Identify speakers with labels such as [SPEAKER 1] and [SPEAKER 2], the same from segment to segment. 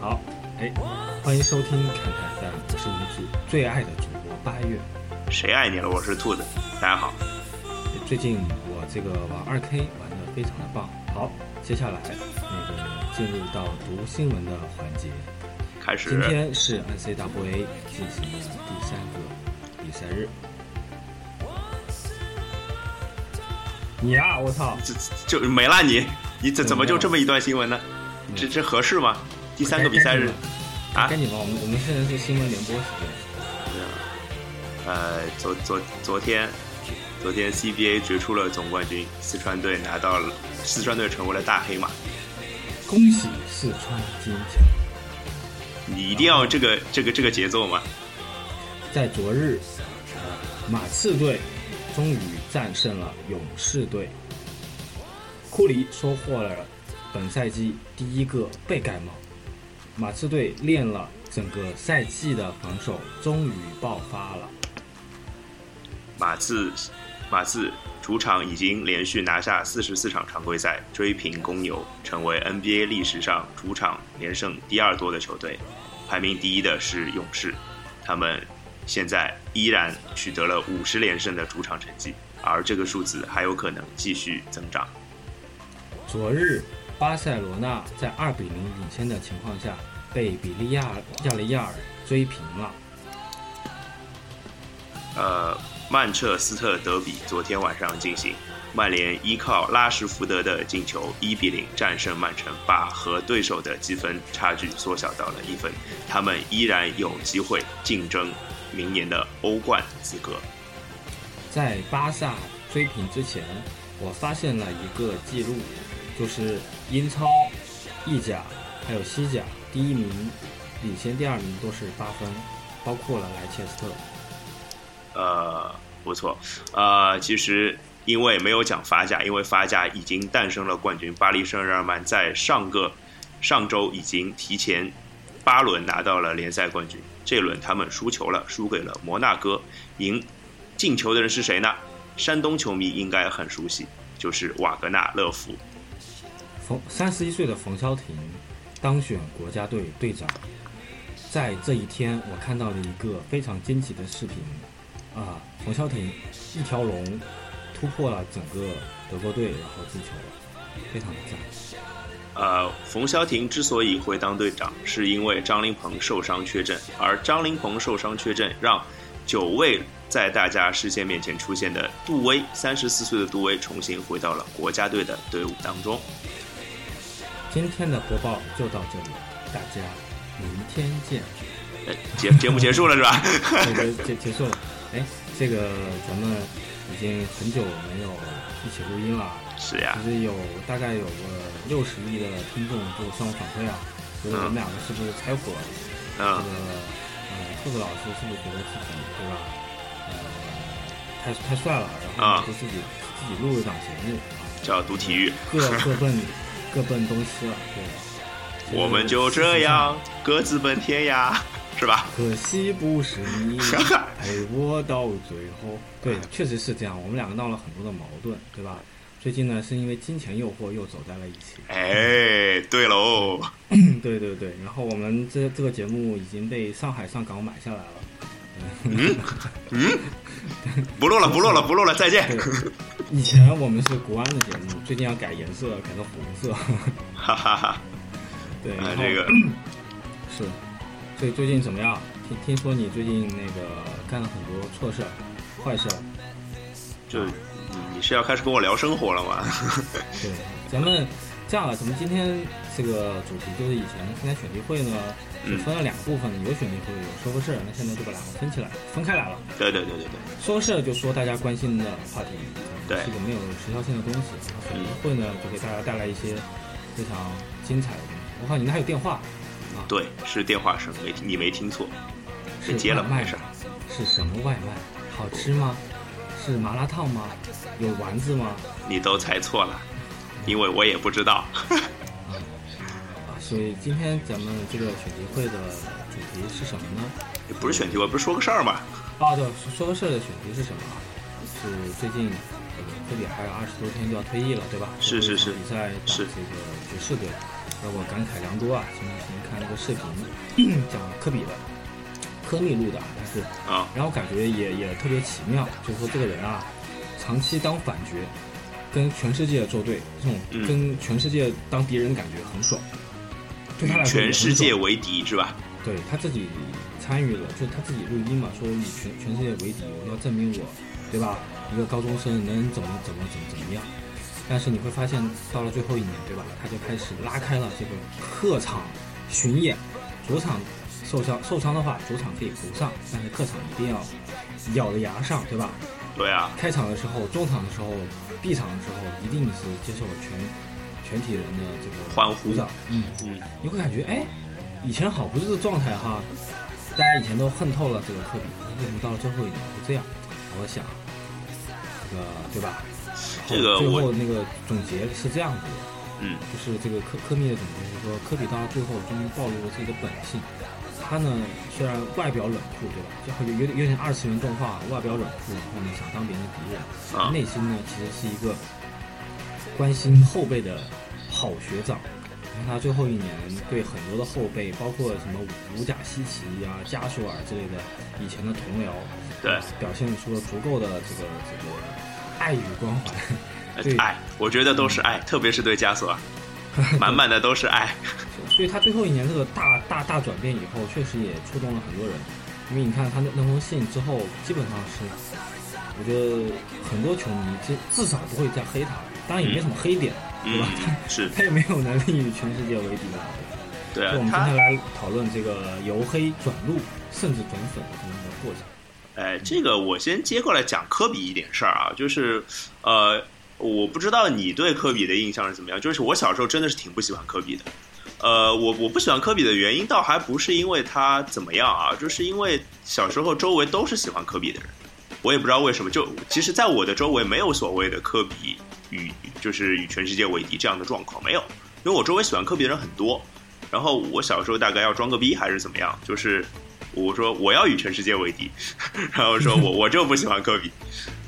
[SPEAKER 1] 好，哎，欢迎收听《侃侃三》，我是你们主最爱的主播八月。
[SPEAKER 2] 谁爱你了？我是兔子，大家好。
[SPEAKER 1] 哎最近我这个玩二 K 玩的非常的棒。好，接下来那个进入到读新闻的环节。
[SPEAKER 2] 开始
[SPEAKER 1] 今天是 NCAA 进行的第三个比赛日。你啊，我操！
[SPEAKER 2] 这这就没了你，你怎怎么就这么一段新闻呢？这这合适吗？第三个比赛日啊，
[SPEAKER 1] 赶紧吧，我们我们现在是新闻联播时间。
[SPEAKER 2] 呃，昨昨昨天，昨天 CBA 决出了总冠军，四川队拿到了，四川队成为了大黑马。
[SPEAKER 1] 恭喜四川金强！
[SPEAKER 2] 你一定要这个这个这个节奏吗？
[SPEAKER 1] 在昨日，呃马刺队终于战胜了勇士队，库里收获了本赛季第一个被盖帽。马刺队练了整个赛季的防守，终于爆发了。
[SPEAKER 2] 马刺，马刺主场已经连续拿下四十四场常规赛，追平公牛，成为 NBA 历史上主场连胜第二多的球队。排名第一的是勇士，他们现在依然取得了五十连胜的主场成绩，而这个数字还有可能继续增长。
[SPEAKER 1] 昨日，巴塞罗那在二比零领先的情况下，被比利亚亚雷亚尔追平了。
[SPEAKER 2] 呃，曼彻斯特德比昨天晚上进行，曼联依靠拉什福德的进球1比0战胜曼城，把和对手的积分差距缩小到了一分，他们依然有机会竞争明年的欧冠资格。
[SPEAKER 1] 在巴萨追平之前，我发现了一个记录，就是英超、意甲还有西甲第一名领先第二名都是八分，包括了莱切斯特。
[SPEAKER 2] 呃，不错，呃，其实因为没有讲法甲，因为法甲已经诞生了冠军，巴黎圣日耳曼在上个上周已经提前八轮拿到了联赛冠军，这轮他们输球了，输给了摩纳哥，赢进球的人是谁呢？山东球迷应该很熟悉，就是瓦格纳勒夫。
[SPEAKER 1] 冯三十一岁的冯潇霆当选国家队队长。在这一天，我看到了一个非常惊奇的视频，啊，冯潇霆一条龙突破了整个德国队，然后进球了，非常的赞。
[SPEAKER 2] 呃，冯潇霆之所以会当队长，是因为张琳芃受伤缺阵，而张琳芃受伤缺阵，让久未在大家视线面前出现的杜威，三十四岁的杜威重新回到了国家队的队伍当中。
[SPEAKER 1] 今天的播报就到这里，大家明天见。
[SPEAKER 2] 呃节节目结束了是吧？
[SPEAKER 1] 这个结结束了。哎，这个咱们已经很久没有一起录音了，
[SPEAKER 2] 是呀
[SPEAKER 1] 其，实有大概有个六十亿的听众给我向我反馈啊，觉得我们两个是不是拆伙了？这
[SPEAKER 2] 嗯
[SPEAKER 1] 个，呃，兔子老师是不是觉得自己对吧？呃，太太帅了，然后
[SPEAKER 2] 啊
[SPEAKER 1] 就自己、自己录了档节目啊，
[SPEAKER 2] 叫读体育，
[SPEAKER 1] 各各奔各奔东西了，对吧？其实
[SPEAKER 2] 我们就这样各自奔天涯，是吧？
[SPEAKER 1] 可惜不是你陪我到最后。
[SPEAKER 2] 哎
[SPEAKER 1] 对，确实是这样，我们两个闹了很多的矛盾，对吧？最近呢，是因为金钱诱惑又走在了一 起。
[SPEAKER 2] 哎，对喽，
[SPEAKER 1] 对对对，然后我们这这个节目已经被上海上港买下来了。
[SPEAKER 2] 不录了，不录了，不录了，再见
[SPEAKER 1] 对。以前我们是国安的节目，最近要改颜色，改成红色。
[SPEAKER 2] 哈哈哈，
[SPEAKER 1] 对，然
[SPEAKER 2] 啊，
[SPEAKER 1] 后
[SPEAKER 2] 这个
[SPEAKER 1] 是，所以最近怎么样？听听说你最近那个干了很多错事儿、坏事儿。
[SPEAKER 2] 就你你是要开始跟我聊生活了吗？
[SPEAKER 1] 对，咱们这样了，咱们今天这个主题就是以前参加选题会呢，是
[SPEAKER 2] 嗯
[SPEAKER 1] 分了两个部分，有选题会，有说个事儿，那现在就把两个分起来，分开来了。
[SPEAKER 2] 对对对对对，
[SPEAKER 1] 说个事儿就说大家关心的话题，
[SPEAKER 2] 对嗯
[SPEAKER 1] 是个没有时效性的东西。然后选题会呢，就给大家带来一些非常精彩的东西。我靠，你们还有电话？
[SPEAKER 2] 对，是电话声，没听你没听错，
[SPEAKER 1] 是
[SPEAKER 2] 被接了
[SPEAKER 1] 外
[SPEAKER 2] 吗
[SPEAKER 1] 卖
[SPEAKER 2] 还是
[SPEAKER 1] 吗？是什么外卖？好吃吗？是麻辣烫吗？有丸子吗？
[SPEAKER 2] 你都猜错了，因为我也不知道。
[SPEAKER 1] 啊，所以今天咱们这个选题会的主题是什么呢？
[SPEAKER 2] 也不是选题，我不是说个事儿吗？
[SPEAKER 1] 啊，对，说说个事儿的选题是什么啊？是最近呃库里还有二十多天就要退役了，对吧？
[SPEAKER 2] 是是是
[SPEAKER 1] 最后一场比赛打
[SPEAKER 2] 是
[SPEAKER 1] 这个爵士队，让我感慨良多啊！前段时间看了个视频，讲科比的，科密录的啊，但是
[SPEAKER 2] 啊，
[SPEAKER 1] 然后感觉也也特别奇妙，就是说这个人啊，长期当反角，跟全世界作对，这种
[SPEAKER 2] 嗯
[SPEAKER 1] 跟全世界当敌人感觉很爽，对他来
[SPEAKER 2] 与
[SPEAKER 1] 说也
[SPEAKER 2] 全
[SPEAKER 1] 很
[SPEAKER 2] 世界
[SPEAKER 1] 爽
[SPEAKER 2] 为敌是吧？
[SPEAKER 1] 对他自己参与了，就是他自己录音嘛，说以全全世界为敌，我要证明我，对吧？一个高中生能怎么怎么怎么怎么样？但是你会发现，到了最后一年，对吧？他就开始拉开了这个客场巡演，主场受伤受伤的话，主场可以不上，但是客场一定要咬着牙上，对吧？
[SPEAKER 2] 对啊，
[SPEAKER 1] 开场的时候、中场的时候、闭场的时候，一定是接受全全体人的这个
[SPEAKER 2] 欢呼
[SPEAKER 1] 鼓掌，嗯。
[SPEAKER 2] 嗯，
[SPEAKER 1] 你会感觉哎，以前好不是这状态哈，大家以前都恨透了这个科比，为什么到了最后一年会这样？我想，这个对吧？
[SPEAKER 2] 这个
[SPEAKER 1] 最
[SPEAKER 2] 我
[SPEAKER 1] 后那个总结是这样子的，
[SPEAKER 2] 嗯
[SPEAKER 1] 就是这个科科密的总结是说，科比到了最后终于暴露了自己的本性。他呢，虽然外表冷酷，对吧？就好像有点有点二次元动画，外表冷酷，然后呢想当别人的敌人，
[SPEAKER 2] 啊，
[SPEAKER 1] 内心呢其实是一个关心后辈的好学长。你看他最后一年对很多的后辈，包括什么五甲西奇啊、加索尔之类的以前的同僚，
[SPEAKER 2] 对，
[SPEAKER 1] 表现出了足够的这个这个爱与关怀。
[SPEAKER 2] 呃
[SPEAKER 1] 对嗯
[SPEAKER 2] 爱，我觉得都是爱，特别是对 加索尔，满满的都是爱。
[SPEAKER 1] 所以他最后一年这个大大大转变以后，确实也触动了很多人。因为你看他那那封信之后，基本上是，我觉得很多球迷至至少不会再黑他，当然也没什么黑点，对
[SPEAKER 2] 嗯
[SPEAKER 1] 吧？，
[SPEAKER 2] 是
[SPEAKER 1] 他也没有能力与全世界为敌嘛。
[SPEAKER 2] 对
[SPEAKER 1] 就
[SPEAKER 2] 啊
[SPEAKER 1] 我，们今天
[SPEAKER 2] 他
[SPEAKER 1] 来讨论这个由黑转路，甚至转粉的这么一个过程。
[SPEAKER 2] 哎，这个我先接过来讲科比一点事儿啊，就是呃，我不知道你对科比的印象是怎么样，就是我小时候真的是挺不喜欢科比的。呃，我我不喜欢科比的原因倒还不是因为他怎么样啊，就是因为小时候周围都是喜欢科比的人，我也不知道为什么。就其实，在我的周围没有所谓的科比与就是与全世界为敌这样的状况，没有，因为我周围喜欢科比的人很多。然后我小时候大概要装个逼还是怎么样，就是我说我要与全世界为敌， 然后说我我就不喜欢科比，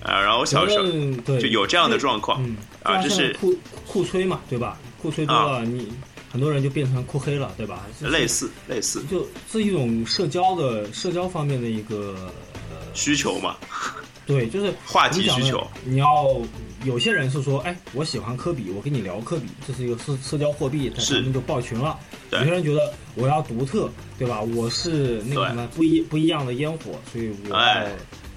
[SPEAKER 2] 啊、然后我小时候
[SPEAKER 1] 嗯对
[SPEAKER 2] 就有这样的状况
[SPEAKER 1] 嗯
[SPEAKER 2] 啊
[SPEAKER 1] 就
[SPEAKER 2] 这
[SPEAKER 1] 像
[SPEAKER 2] 是啊
[SPEAKER 1] 酷酷吹嘛，对吧？酷吹多了，你很多人就变成酷黑了，嗯对吧？这是
[SPEAKER 2] 类似类似
[SPEAKER 1] 就这一种社交的社交方面的一个呃，
[SPEAKER 2] 需求嘛，
[SPEAKER 1] 对，就是
[SPEAKER 2] 话题
[SPEAKER 1] 我
[SPEAKER 2] 需求
[SPEAKER 1] 们讲的你要有些人是说，哎，我喜欢科比，我跟你聊科比，这是一个社社交货币，但
[SPEAKER 2] 是
[SPEAKER 1] 他们就抱群了。
[SPEAKER 2] 对
[SPEAKER 1] 有些人觉得我要独特，对吧？我是那个
[SPEAKER 2] 对
[SPEAKER 1] 什么不一不一样的烟火，所以我要、
[SPEAKER 2] 哎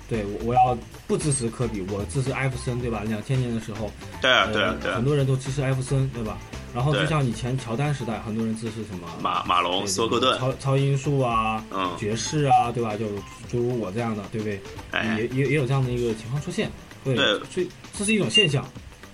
[SPEAKER 1] 对我我要不支持科比，我支持艾弗森，对吧？两千年的时候，
[SPEAKER 2] 对啊
[SPEAKER 1] 呃
[SPEAKER 2] 对啊对啊
[SPEAKER 1] 很，多人都支持艾弗森，对吧？然后就
[SPEAKER 2] 对
[SPEAKER 1] 像以前乔丹时代，很多人支持什么
[SPEAKER 2] 马马龙、
[SPEAKER 1] 对
[SPEAKER 2] 斯科顿，
[SPEAKER 1] 超超音速啊，
[SPEAKER 2] 嗯
[SPEAKER 1] 爵士啊，对吧？就诸如我这样的，对不对？
[SPEAKER 2] 哎
[SPEAKER 1] 也也也有这样的一个情况出现，对，
[SPEAKER 2] 对
[SPEAKER 1] 所以这是一种现象，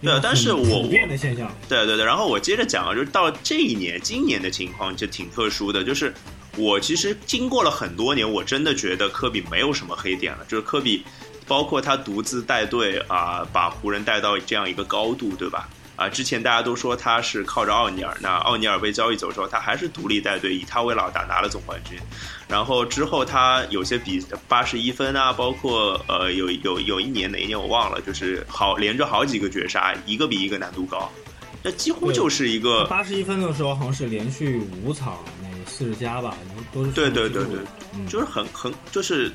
[SPEAKER 2] 对
[SPEAKER 1] 一种
[SPEAKER 2] 但是
[SPEAKER 1] 很
[SPEAKER 2] 我
[SPEAKER 1] 普遍的现象，
[SPEAKER 2] 对对对，然后我接着讲啊，就是到这一年，今年的情况就挺特殊的，就是我其实经过了很多年，我真的觉得科比没有什么黑点了，就是科比，包括他独自带队啊、把湖人带到这样一个高度，对吧？啊，之前大家都说他是靠着奥尼尔，那奥尼尔被交易走之后，他还是独立带队，以他为老大拿了总冠军。然后之后他有些比八十一分啊，包括呃有有有一年哪一年我忘了，就是好连着好几个绝杀，一个比一个难度高，那几乎就是一个
[SPEAKER 1] 八十一分的时候好像是连续五场那个四十加吧，都是
[SPEAKER 2] 对
[SPEAKER 1] 双
[SPEAKER 2] 对
[SPEAKER 1] 记
[SPEAKER 2] 对
[SPEAKER 1] 录
[SPEAKER 2] 对，
[SPEAKER 1] 嗯，
[SPEAKER 2] 就是很很就是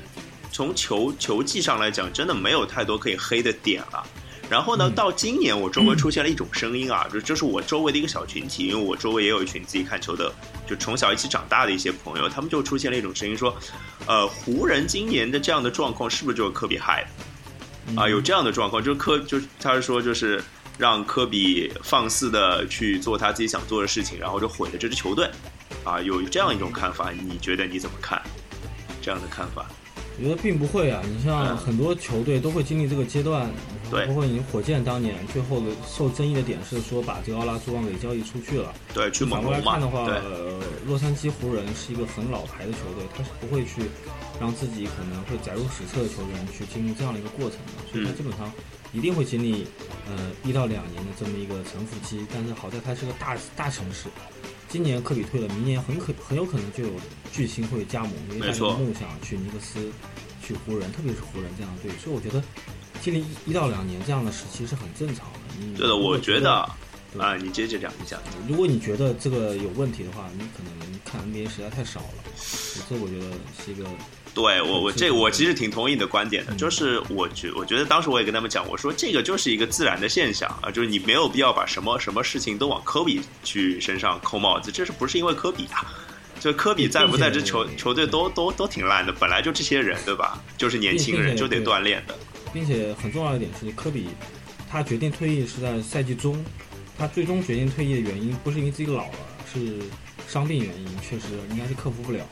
[SPEAKER 2] 从球球技上来讲，真的没有太多可以黑的点了。然后呢，
[SPEAKER 1] 嗯
[SPEAKER 2] 到今年我周围出现了一种声音啊，就就是我周围的一个小群体，因为我周围也有一群自己看球的，就从小一起长大的一些朋友，他们就出现了一种声音说，呃，湖人今年的这样的状况是不是就是科比害的？
[SPEAKER 1] 嗯
[SPEAKER 2] 啊，有这样的状况，就是科，就是他是说，就是让科比放肆的去做他自己想做的事情，然后就毁了这支球队，啊，有这样一种看法，你觉得你怎么看？这样的看法，
[SPEAKER 1] 我觉得并不会啊，你像
[SPEAKER 2] 嗯
[SPEAKER 1] 很多球队都会经历这个阶段，
[SPEAKER 2] 对
[SPEAKER 1] 包括你火箭当年最后的受争议的点是说把这个奥拉朱旺给交易出去了，
[SPEAKER 2] 对，去
[SPEAKER 1] 反
[SPEAKER 2] 猛
[SPEAKER 1] 过来
[SPEAKER 2] 龙嘛
[SPEAKER 1] 看的话，，
[SPEAKER 2] 对，
[SPEAKER 1] 呃洛杉矶湖人是一个很老牌的球队，他是不会去让自己可能会载入史册的球员去经历这样的一个过程的，所以他
[SPEAKER 2] 嗯
[SPEAKER 1] 基本上一定会经历呃一到两年的这么一个沉浮期。但是好在他是个大大城市，今年科比退了，明年很可很有可能就有巨星会加盟，因为
[SPEAKER 2] 没
[SPEAKER 1] 他
[SPEAKER 2] 错
[SPEAKER 1] 有梦想去尼克斯、去湖人，特别是湖人这样的队，所以我觉得。经历一到两年这样的时期是很正常的。你
[SPEAKER 2] 对的，
[SPEAKER 1] 如果
[SPEAKER 2] 我
[SPEAKER 1] 觉
[SPEAKER 2] 得
[SPEAKER 1] 对
[SPEAKER 2] 啊，你接着讲一下。
[SPEAKER 1] 如果你觉得这个有问题的话，你可能看 NBA 实在太少了，这我觉得是一个
[SPEAKER 2] 对我，我
[SPEAKER 1] 是
[SPEAKER 2] 这个
[SPEAKER 1] 的
[SPEAKER 2] 我其实挺同意你的观点的，就是我觉我觉得当时我也跟他们讲，我说这个就是一个自然的现象啊，就是你没有必要把什么什么事情都往科比去身上扣帽子，这是不是因为科比啊？就科比在不在这球
[SPEAKER 1] 并且
[SPEAKER 2] 球队都都都挺烂的，本来就这些人对吧？就是年轻人
[SPEAKER 1] 并且
[SPEAKER 2] 就得
[SPEAKER 1] 对
[SPEAKER 2] 锻炼的，
[SPEAKER 1] 并且很重要一点是，科比他决定退役是在赛季中，他最终决定退役的原因不是因为自己老了，是伤病原因，确实应该是克服不了，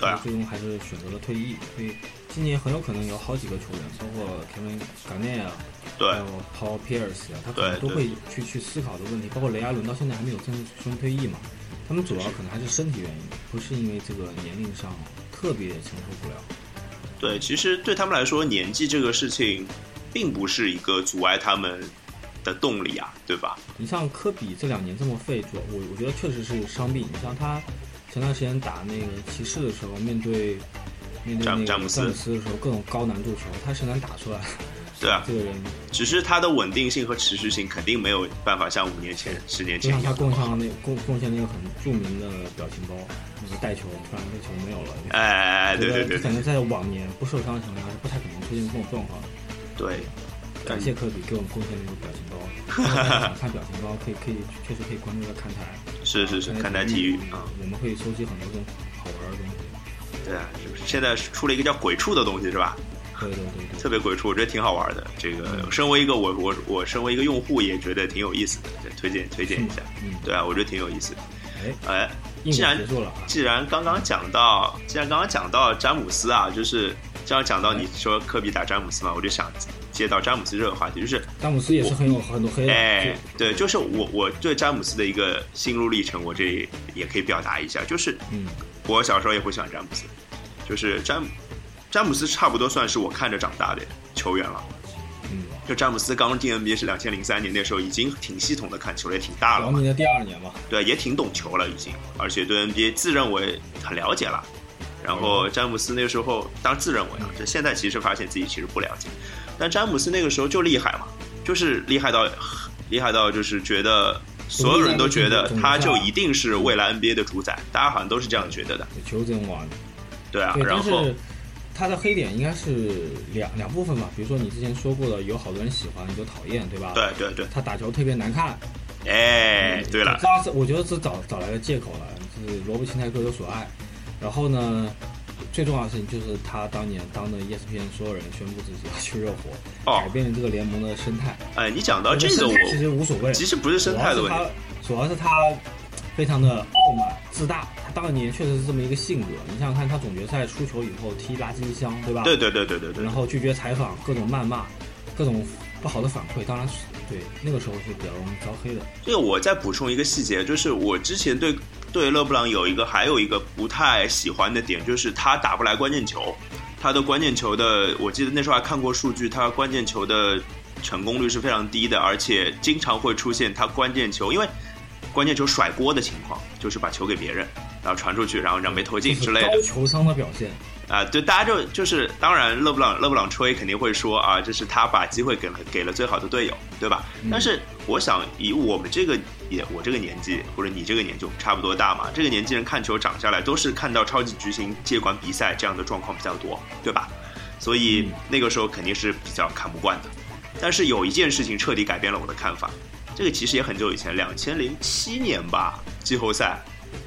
[SPEAKER 2] 对啊
[SPEAKER 1] 最终还是选择了退役。所以今年很有可能有好几个球员，包括 Kevin Garnett 啊，
[SPEAKER 2] 对
[SPEAKER 1] 还有 Paul Pierce 啊，他可能
[SPEAKER 2] 对
[SPEAKER 1] 都
[SPEAKER 2] 对
[SPEAKER 1] 会去去思考的问题，包括雷阿伦到现在还没有正式退役嘛，他们主要可能还是身体原因，不是因为这个年龄上特别承受不了。
[SPEAKER 2] 对，其实对他们来说，年纪这个事情，并不是一个阻碍他们的动力啊，对吧？
[SPEAKER 1] 你像科比这两年这么废，主要我我觉得确实是伤病。你像他前段时间打那个骑士的时候，面对面对那
[SPEAKER 2] 詹
[SPEAKER 1] 个
[SPEAKER 2] 詹
[SPEAKER 1] 詹
[SPEAKER 2] 姆
[SPEAKER 1] 姆
[SPEAKER 2] 斯
[SPEAKER 1] 斯的时候，各种高难度球，他是能打出来。
[SPEAKER 2] 对啊，
[SPEAKER 1] 这个人
[SPEAKER 2] 只是它的稳定性和持续性肯定没有办法像五年前、十年
[SPEAKER 1] 就像
[SPEAKER 2] 前一
[SPEAKER 1] 他
[SPEAKER 2] 样。
[SPEAKER 1] 贡献了那贡贡献那个很著名的表情包，那个带球，突然这球没有了。
[SPEAKER 2] 哎哎，哎对对对
[SPEAKER 1] 可
[SPEAKER 2] 对
[SPEAKER 1] 能在往年不受伤的情况下是不太可能出现这种状况。
[SPEAKER 2] 对，
[SPEAKER 1] 感谢科比给我们贡献那个表情 包，想看表情包可以可以确实可以关注到看台。
[SPEAKER 2] 是是是，看待体育啊，
[SPEAKER 1] 我们会收集很多这种好玩的东西。
[SPEAKER 2] 对啊，是不是现在出了一个叫鬼畜的东西是吧？
[SPEAKER 1] 对对对
[SPEAKER 2] 特别鬼畜，我觉得挺好玩的。这
[SPEAKER 1] 嗯
[SPEAKER 2] 个身为一个我我我身为一个用户也觉得挺有意思的，对推荐推荐一下。
[SPEAKER 1] 嗯
[SPEAKER 2] 对啊，我觉得挺有意思的。
[SPEAKER 1] 对，
[SPEAKER 2] 哎，
[SPEAKER 1] 哎，
[SPEAKER 2] 既
[SPEAKER 1] 既
[SPEAKER 2] 然
[SPEAKER 1] 然结束了啊，
[SPEAKER 2] 既然刚刚讲到，既然刚刚讲到詹姆斯啊，就是这样讲到你说科比打詹姆斯嘛，我就想接到詹姆斯这个话题，就是
[SPEAKER 1] 詹姆斯也是很有很多黑的，
[SPEAKER 2] 哎，
[SPEAKER 1] 就
[SPEAKER 2] 对，就是我我对詹姆斯的一个心路历程，我这里也可以表达一下，就是
[SPEAKER 1] 嗯
[SPEAKER 2] 我小时候也不喜欢詹姆斯，就是詹詹姆斯差不多算是我看着长大的球员了。
[SPEAKER 1] 嗯，
[SPEAKER 2] 就詹姆斯刚进 NBA 是两千零三年，那时候已经挺系统的看球了，也挺大了
[SPEAKER 1] 姚
[SPEAKER 2] 嘛，
[SPEAKER 1] 明的第二年吧，
[SPEAKER 2] 对，也挺懂球了已经，而且对 NBA 自认为很了解了。然后詹姆斯那时候当然自认为啊，就现在其实发现自己其实不了解，但詹姆斯那个时候就厉害嘛，就是厉害到厉害到就是觉得所有人都觉得他就一定是未来 NBA 的主宰，大家好像都是这样觉得的，
[SPEAKER 1] 球真王，
[SPEAKER 2] 对啊。
[SPEAKER 1] 对，
[SPEAKER 2] 然
[SPEAKER 1] 但
[SPEAKER 2] 后
[SPEAKER 1] 是他的黑点应该是两两部分吧，比如说你之前说过的，有好多人喜欢，有讨厌，对吧？，
[SPEAKER 2] 对对对，
[SPEAKER 1] 他打球特别难看，
[SPEAKER 2] 哎，对了，
[SPEAKER 1] 这是我觉得这找找来的借口了，就是萝卜青菜各有所爱。然后呢，最重要的事情就是他当年当着 ESPN 所有人宣布自己要去热火，
[SPEAKER 2] 哦
[SPEAKER 1] 改变了这个联盟的生态。
[SPEAKER 2] 哎，你讲到这
[SPEAKER 1] 生
[SPEAKER 2] 个
[SPEAKER 1] 态其
[SPEAKER 2] 我
[SPEAKER 1] 实无所谓，
[SPEAKER 2] 其实不是生态的问题，
[SPEAKER 1] 主要是他，主要是他非常的傲慢自大。他当年确实是这么一个性格。你想想看，他总决赛输球以后踢垃圾箱，对吧？
[SPEAKER 2] 对。对对对对对
[SPEAKER 1] 然，后拒绝采访，各种谩骂，各种不好的反馈，当然是对那个时候是比较容易招黑的。
[SPEAKER 2] 这个我再补充一个细节，就是我之前对对勒布朗有一个还有一个不太喜欢的点，就是他打不来关键球，他的关键球的，我记得那时候还看过数据，他关键球的成功率是非常低的，而且经常会出现他关键球，因为关键球甩锅的情况，就是把球给别人，然后传出去，然后让没投进
[SPEAKER 1] 这
[SPEAKER 2] 之
[SPEAKER 1] 是
[SPEAKER 2] 类的。
[SPEAKER 1] 高球商的表现。
[SPEAKER 2] 啊、对，大家就就是，当然勒布朗勒布朗吹肯定会说啊，这是他把机会给了给了最好的队友，对吧？
[SPEAKER 1] 嗯
[SPEAKER 2] 但是我想以我们这个也我这个年纪或者你这个年纪，我们差不多大嘛，这个年纪人看球长下来都是看到超级巨星接管比赛这样的状况比较多，对吧？所以
[SPEAKER 1] 嗯
[SPEAKER 2] 那个时候肯定是比较看不惯的。但是有一件事情彻底改变了我的看法，这个其实也很久以前，两千零七年吧，季后赛，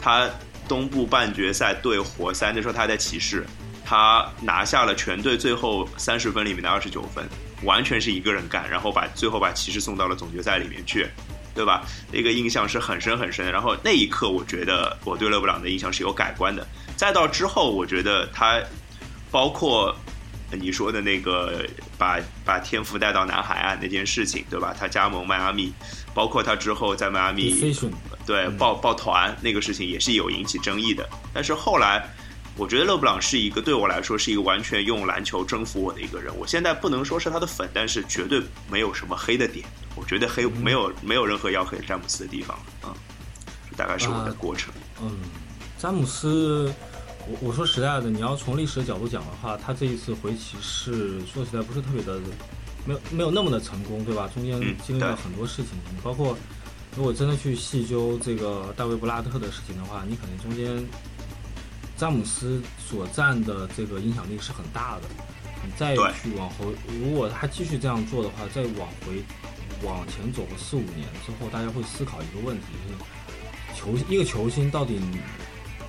[SPEAKER 2] 他东部半决赛对活塞，那时候他还在骑士，他拿下了全队最后三十分里面的二十九分，完全是一个人干，然后把最后把骑士送到了总决赛里面去，对吧？那个印象是很深很深的。然后那一刻，我觉得我对勒布朗的印象是有改观的。再到之后，我觉得他包括你说的那个把把天赋带到南海岸那件事情，对吧？他加盟迈阿密，包括他之后在迈阿密
[SPEAKER 1] Decision，
[SPEAKER 2] 对抱抱团那个事情也是有引起争议的。但是后来，我觉得勒布朗是一个对我来说是一个完全用篮球征服我的一个人。我现在不能说是他的粉，但是绝对没有什么黑的点。我觉得黑没有没有任何要黑詹姆斯的地方啊。这大概是我的过程。
[SPEAKER 1] 嗯，詹姆斯，我我说实在的，你要从历史的角度讲的话，他这一次回骑士，说实在不是特别的没有没有那么的成功，对吧？中间
[SPEAKER 2] 嗯
[SPEAKER 1] 经历了
[SPEAKER 2] 对
[SPEAKER 1] 很多事情，你包括如果真的去细究这个大卫布拉特的事情的话，你可能中间詹姆斯所占的这个影响力是很大的。你再
[SPEAKER 2] 对
[SPEAKER 1] 去往回，如果他继续这样做的话，再往回往前走个四五年之后，大家会思考一个问题，就是球一个球星到底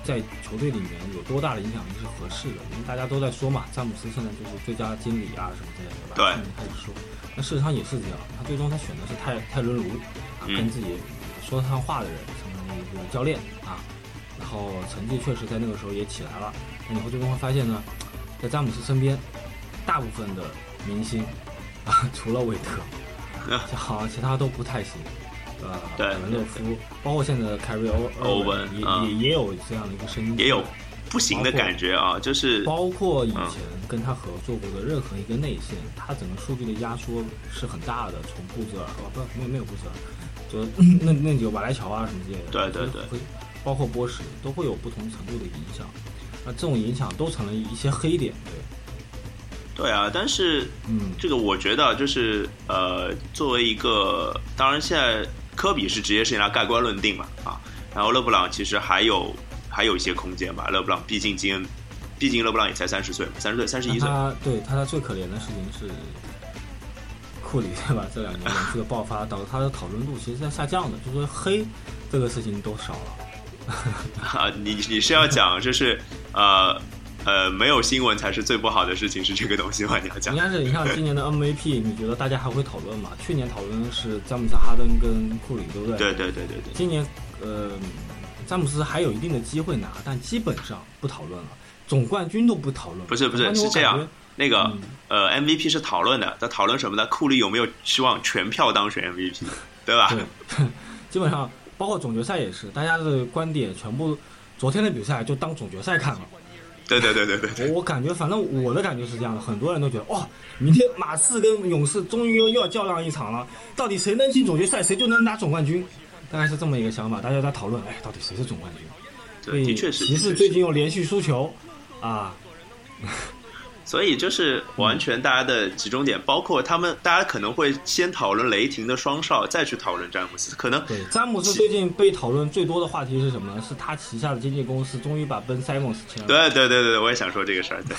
[SPEAKER 1] 在球队里面有多大的影响力是合适的？因为大家都在说嘛，詹姆斯现在就是最佳经理啊什么之类的，
[SPEAKER 2] 对
[SPEAKER 1] 吧？现在开始说，那事实上也是这样，他最终他选的是泰泰伦卢，啊，
[SPEAKER 2] 嗯
[SPEAKER 1] 跟自己说得上话的人，相当于一个教练啊，然后成绩确实在那个时候也起来了。那你会最终会发现呢，在詹姆斯身边，大部分的明星啊，除了韦特，好像其他都不太行。呃，
[SPEAKER 2] 啊对
[SPEAKER 1] 凯文勒夫，包括现在的凯瑞欧
[SPEAKER 2] 欧
[SPEAKER 1] 文
[SPEAKER 2] 文
[SPEAKER 1] 也、
[SPEAKER 2] 嗯
[SPEAKER 1] 也也有这样的一个声音，
[SPEAKER 2] 也有啊不行的感觉啊，就是
[SPEAKER 1] 包括以前跟他合作过的任何一个内线，他整个数据的压缩是很大的，从布泽尔哦不没有没有布泽尔，就那那有瓦莱乔啊什么之类的，
[SPEAKER 2] 对对
[SPEAKER 1] 就是会，包括波什都会有不同程度的影响，那这种影响都成了一些黑点，对，
[SPEAKER 2] 对啊，但是
[SPEAKER 1] 嗯，
[SPEAKER 2] 这个我觉得就是呃，作为一个，当然现在科比是职业生涯盖棺论定了啊，然后勒布朗其实还有还有一些空间吧，勒布朗毕竟今，毕竟勒布朗也才三十岁嘛，三十岁三十一
[SPEAKER 1] 那
[SPEAKER 2] 岁，
[SPEAKER 1] 他对他的最可怜的事情是库里对吧？这两年连续的爆发，导致他的讨论度其实在下降的，就是说黑这个事情都少 了，
[SPEAKER 2] 啊，你你是要讲就是呃呃没有新闻才是最不好的事情是这个东西吗？你要讲
[SPEAKER 1] 应该是你像今年的 MVP，你觉得大家还会讨论吗？去年讨论是詹姆斯、哈登跟库里，对不对？
[SPEAKER 2] 对对对对对，
[SPEAKER 1] 今年呃，詹姆斯还有一定的机会拿，但基本上不讨论了，总冠军都不讨论了。
[SPEAKER 2] 不是不
[SPEAKER 1] 总
[SPEAKER 2] 是
[SPEAKER 1] 冠军
[SPEAKER 2] 是
[SPEAKER 1] 啊我
[SPEAKER 2] 这
[SPEAKER 1] 感
[SPEAKER 2] 样
[SPEAKER 1] 觉，
[SPEAKER 2] 那个、
[SPEAKER 1] 嗯
[SPEAKER 2] 呃 MVP 是讨论的，在讨论什么呢？库里有没有希望全票当选 MVP，对吧？
[SPEAKER 1] 对，基本上包括总决赛也是，大家的观点全部昨天的比赛就当总决赛看了。
[SPEAKER 2] 对对对对对对，
[SPEAKER 1] 我我感觉，反正我的感觉是这样的，很多人都觉得，哇、明天马刺跟勇士终于又要较量一场了，到底谁能进总决赛，谁就能拿总冠军，大概是这么一个想法，大家在讨论，哎，到底谁是总冠军？
[SPEAKER 2] 对的确是，
[SPEAKER 1] 骑
[SPEAKER 2] 的
[SPEAKER 1] 士
[SPEAKER 2] 确
[SPEAKER 1] 最
[SPEAKER 2] 是。
[SPEAKER 1] 近又连续输球，啊，
[SPEAKER 2] 所以就是完全大家的集中点，包括他们，大家可能会先讨论雷霆的双少，再去讨论詹姆斯。可能
[SPEAKER 1] 对，詹姆斯最近被讨论最多的话题是什么呢？是他旗下的经纪公司终于把 Ben Simmons 签了，
[SPEAKER 2] 对对对对对，我也想说这个事儿，对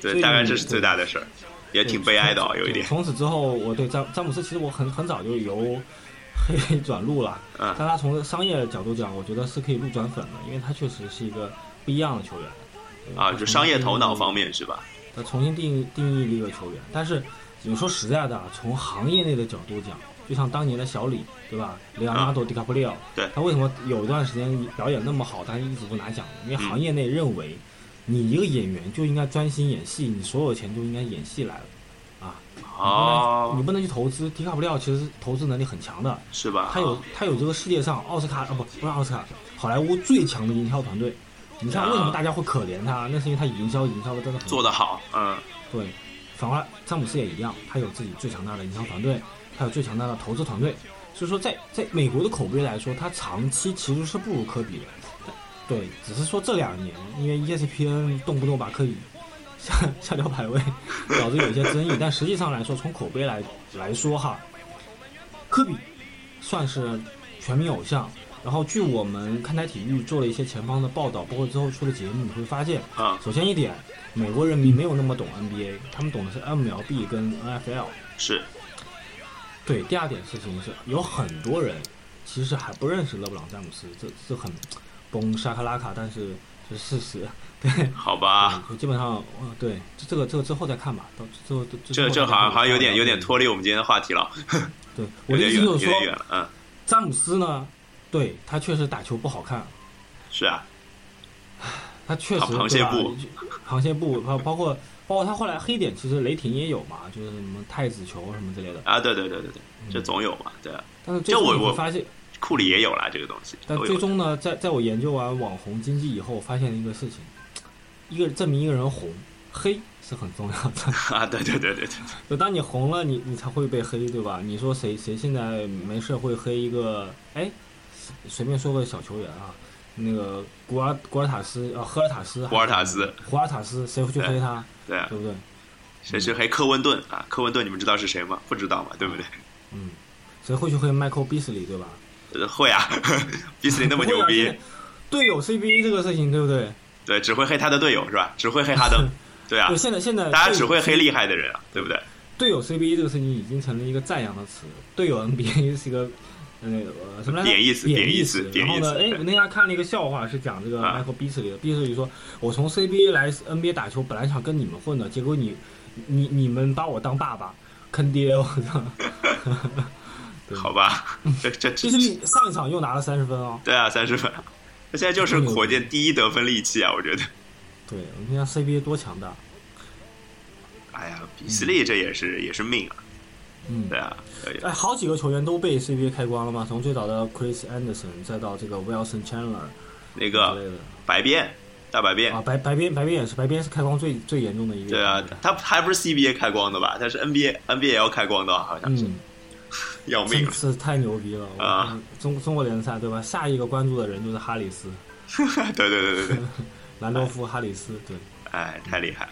[SPEAKER 1] 所
[SPEAKER 2] 对，
[SPEAKER 1] 以
[SPEAKER 2] 大概
[SPEAKER 1] 你
[SPEAKER 2] 这是最大的事儿，也
[SPEAKER 1] 对，
[SPEAKER 2] 挺悲哀的啊，
[SPEAKER 1] 从
[SPEAKER 2] 有一点
[SPEAKER 1] 对。从此之后，我对詹詹姆斯其实我很很早就由黑 转路了，
[SPEAKER 2] 嗯
[SPEAKER 1] 但他从商业角度讲，我觉得是可以路转粉的，因为他确实是一个不一样的球员。对
[SPEAKER 2] 啊，就商业头脑
[SPEAKER 1] 他重新定义
[SPEAKER 2] 方，面是吧？
[SPEAKER 1] 他重新定义定义了一个球员。但是你说实在的啊，从行业内的角度讲，就像当年的小李，对吧？雷昂纳多·迪卡普里奥，
[SPEAKER 2] 啊对
[SPEAKER 1] 他为什么有一段时间表演那么好，但是一直不拿奖？因为
[SPEAKER 2] 嗯
[SPEAKER 1] 行业内认为，你一个演员就应该专心演戏，你所有钱就应该演戏来了。啊，
[SPEAKER 2] 哦啊
[SPEAKER 1] 你，不能去投资。迪卡普里奥其实投资能力很强的，
[SPEAKER 2] 是吧？
[SPEAKER 1] 他有他有这个世界上奥斯卡啊不不是奥斯卡，好莱坞最强的营销团队。你像
[SPEAKER 2] 啊
[SPEAKER 1] 为什么大家会可怜他？那是因为他营销营销的真的很
[SPEAKER 2] 做得好，嗯，
[SPEAKER 1] 对。反而詹姆斯也一样，他有自己最强大的营销团队，他有最强大的投资团队。所以说在，在美国的口碑来说，他长期其实是不如科比的。对，只是说这两年，因为 E ESPN 动不动把科比下下调排位，导致有一些争议。但实际上来说，从口碑来来说哈，科比算是全民偶像。然后据我们看台体育做了一些前方的报道，包括之后出的节目，你会发现，
[SPEAKER 2] 啊，
[SPEAKER 1] 首先一点，美国人民没有那么懂 NBA，他们懂的是 MLB 跟 NFL。
[SPEAKER 2] 是
[SPEAKER 1] 对，第二点事情是，有很多人其实还不认识勒布朗詹姆斯，这这很崩沙卡拉卡，但是这是事实。对
[SPEAKER 2] 好吧？，
[SPEAKER 1] 就基本上，呃对，这这个这个之后再看吧，到之后
[SPEAKER 2] 这这好像好像有点有点。脱离我们今天的话题了，
[SPEAKER 1] 对，我
[SPEAKER 2] 有
[SPEAKER 1] 的
[SPEAKER 2] 点
[SPEAKER 1] 意
[SPEAKER 2] 远
[SPEAKER 1] 思
[SPEAKER 2] 了有
[SPEAKER 1] 就是说
[SPEAKER 2] 点，远了，嗯，
[SPEAKER 1] 詹姆斯呢，对他确实打球不好看，
[SPEAKER 2] 是啊，
[SPEAKER 1] 他确实
[SPEAKER 2] 啊螃蟹步
[SPEAKER 1] 对吧 螃蟹步包包括包括他后来黑点，其实雷霆也有嘛，就是什么太子球什么之类的。
[SPEAKER 2] 啊，对对对对对，这
[SPEAKER 1] 嗯
[SPEAKER 2] 总有嘛，对啊，
[SPEAKER 1] 但是最
[SPEAKER 2] 这
[SPEAKER 1] 终
[SPEAKER 2] 我
[SPEAKER 1] 你会
[SPEAKER 2] 我哎
[SPEAKER 1] 发现，
[SPEAKER 2] 库里也有啦，这个东西
[SPEAKER 1] 但
[SPEAKER 2] 都
[SPEAKER 1] 最
[SPEAKER 2] 有的，
[SPEAKER 1] 终呢，在在我研究完网红经济以后，我发现了一个事情：一个证明一个人红，黑是很重要的。
[SPEAKER 2] 啊，对对对对对，
[SPEAKER 1] 就当你红了，你你才会被黑，对吧？你说谁谁现在没事会黑一个？哎，随便说个小球员啊，那个古尔古尔塔斯啊，赫尔塔斯，
[SPEAKER 2] 博尔塔斯，
[SPEAKER 1] 胡尔塔斯，谁会去黑他？
[SPEAKER 2] 对啊，
[SPEAKER 1] 对不对？
[SPEAKER 2] 谁谁还科温顿啊？科温顿你们知道是谁吗？不知道嘛，对不对？
[SPEAKER 1] 嗯，所以会去会 Michael Beasley 对吧？
[SPEAKER 2] 呃会啊， 比斯利那么牛
[SPEAKER 1] 不会
[SPEAKER 2] 逼
[SPEAKER 1] 啊，队友 CBA 这个事情对不对？
[SPEAKER 2] 对，只会黑他的队友是吧？只会黑哈登，对啊
[SPEAKER 1] 对，，现在现在
[SPEAKER 2] 大家只会黑
[SPEAKER 1] 力。
[SPEAKER 2] 厉害的人啊，对不对？
[SPEAKER 1] 队友 CBA 这个事情已经成了一个赞扬的词，队友 NBA 是一个呃呃什么来着？
[SPEAKER 2] 贬义词
[SPEAKER 1] 贬
[SPEAKER 2] 贬义词
[SPEAKER 1] 词。
[SPEAKER 2] 贬
[SPEAKER 1] 然
[SPEAKER 2] 义
[SPEAKER 1] 后呢，
[SPEAKER 2] 词
[SPEAKER 1] 哎，
[SPEAKER 2] 对
[SPEAKER 1] 我那天还看了一个笑话，是讲这个
[SPEAKER 2] 啊
[SPEAKER 1] Michael Beasley 的。Beasley 说：“我从 CBA 来 NBA 打球，本来想跟你们混的，结果你你你们把我当爸爸，坑爹！”我 操，对
[SPEAKER 2] 好吧，这这这
[SPEAKER 1] 其实嗯你上一场又拿了三十分哦。
[SPEAKER 2] 对啊，三十分，那现在就是
[SPEAKER 1] 嗯
[SPEAKER 2] 火箭第一得分利器啊，我觉得。
[SPEAKER 1] 对，我们看 CBA 多强大。
[SPEAKER 2] 哎呀，比斯利这也是也是命啊，
[SPEAKER 1] 嗯，
[SPEAKER 2] 对啊，对
[SPEAKER 1] 哎，好几个球员都被 CBA 开光了嘛，从最早的 Chris Anderson，再到这个 Wilson Chandler
[SPEAKER 2] 那
[SPEAKER 1] 之
[SPEAKER 2] 个
[SPEAKER 1] 类的。
[SPEAKER 2] 白变大白变
[SPEAKER 1] 啊，，白白边白边也是白边是开光最最严重的一个。
[SPEAKER 2] 对啊，他还不是 CBA 开光的吧？他是 NBA NBA 要开光的啊，好像是
[SPEAKER 1] 嗯，
[SPEAKER 2] 要命
[SPEAKER 1] 真
[SPEAKER 2] 了，
[SPEAKER 1] 是太牛逼了！我
[SPEAKER 2] 啊
[SPEAKER 1] 中中国联赛对吧？下一个关注的人就是哈里斯，
[SPEAKER 2] 对对对对对，
[SPEAKER 1] 兰多夫·哈里斯。对，
[SPEAKER 2] 哎，太厉害了。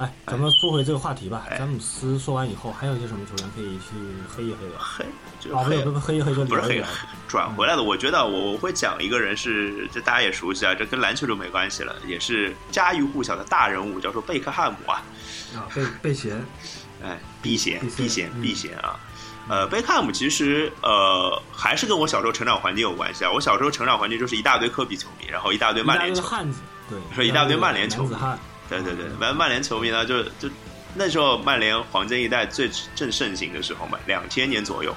[SPEAKER 1] 哎，咱们说回这个话题吧。
[SPEAKER 2] 哎
[SPEAKER 1] 詹姆斯说完以后，还有一些什么球员可以去黑一黑的？
[SPEAKER 2] 黑，就
[SPEAKER 1] 啊，不
[SPEAKER 2] 黑
[SPEAKER 1] 是不是黑一黑，就
[SPEAKER 2] 不是
[SPEAKER 1] 聊一
[SPEAKER 2] 黑
[SPEAKER 1] 聊。
[SPEAKER 2] 转回来的。我觉得我我会讲一个人是，这大家也熟悉啊，这跟篮球就没关系了，也是家喻户晓的大人物，叫做贝克汉姆啊，
[SPEAKER 1] 啊，被被嫌
[SPEAKER 2] 哎，避嫌
[SPEAKER 1] 避嫌
[SPEAKER 2] 避嫌
[SPEAKER 1] 嗯
[SPEAKER 2] 避嫌啊。呃，贝克汉姆其实呃还是跟我小时候成长环境有关系啊。我小时候成长环境就是一大堆科比球迷，然后一大堆
[SPEAKER 1] 一
[SPEAKER 2] 曼
[SPEAKER 1] 大
[SPEAKER 2] 联
[SPEAKER 1] 堆
[SPEAKER 2] 球迷，
[SPEAKER 1] 汉子，对，
[SPEAKER 2] 说一大堆曼联球
[SPEAKER 1] 男子汉，
[SPEAKER 2] 对对对，曼曼联球迷呢，就就那时候曼联黄金一代最正盛行的时候嘛，两千年左右，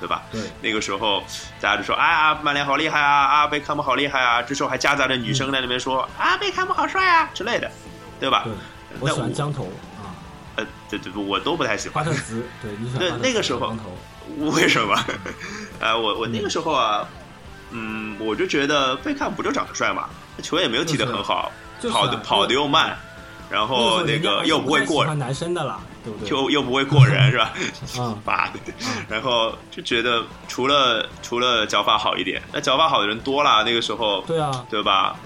[SPEAKER 2] 对吧？
[SPEAKER 1] 对，
[SPEAKER 2] 那个时候大家就说，哎呀，曼联好厉害啊，啊，贝克汉姆好厉害啊，这时候还夹杂着女生在那边说，啊，贝克汉姆好帅啊之类的，对吧
[SPEAKER 1] 嗯对？，我
[SPEAKER 2] 那
[SPEAKER 1] 喜欢
[SPEAKER 2] 我
[SPEAKER 1] 江头啊，
[SPEAKER 2] 呃，对对，我都不太喜
[SPEAKER 1] 巴
[SPEAKER 2] 欢
[SPEAKER 1] 特。兹，对你喜欢
[SPEAKER 2] 对
[SPEAKER 1] 巴特
[SPEAKER 2] 那个
[SPEAKER 1] 兹
[SPEAKER 2] 时候
[SPEAKER 1] 江头，
[SPEAKER 2] 为什么？ 呃，我我那个时候啊，嗯，我就觉得贝克汉姆不就长得帅嘛，球也没有踢得很好，
[SPEAKER 1] 就是
[SPEAKER 2] 跑的
[SPEAKER 1] 啊
[SPEAKER 2] 跑的又慢，
[SPEAKER 1] 那
[SPEAKER 2] 然
[SPEAKER 1] 时
[SPEAKER 2] 后
[SPEAKER 1] 候
[SPEAKER 2] 那
[SPEAKER 1] 人家
[SPEAKER 2] 个
[SPEAKER 1] 还
[SPEAKER 2] 又
[SPEAKER 1] 是
[SPEAKER 2] 不会
[SPEAKER 1] 太
[SPEAKER 2] 过
[SPEAKER 1] 喜，欢男生的啦，对不对？
[SPEAKER 2] 又又不会过 人是吧？
[SPEAKER 1] 啊，
[SPEAKER 2] 妈的！然后就觉得除了除了脚法好一点，那脚法好的人多啦，那个时候
[SPEAKER 1] 对啊，
[SPEAKER 2] 对吧？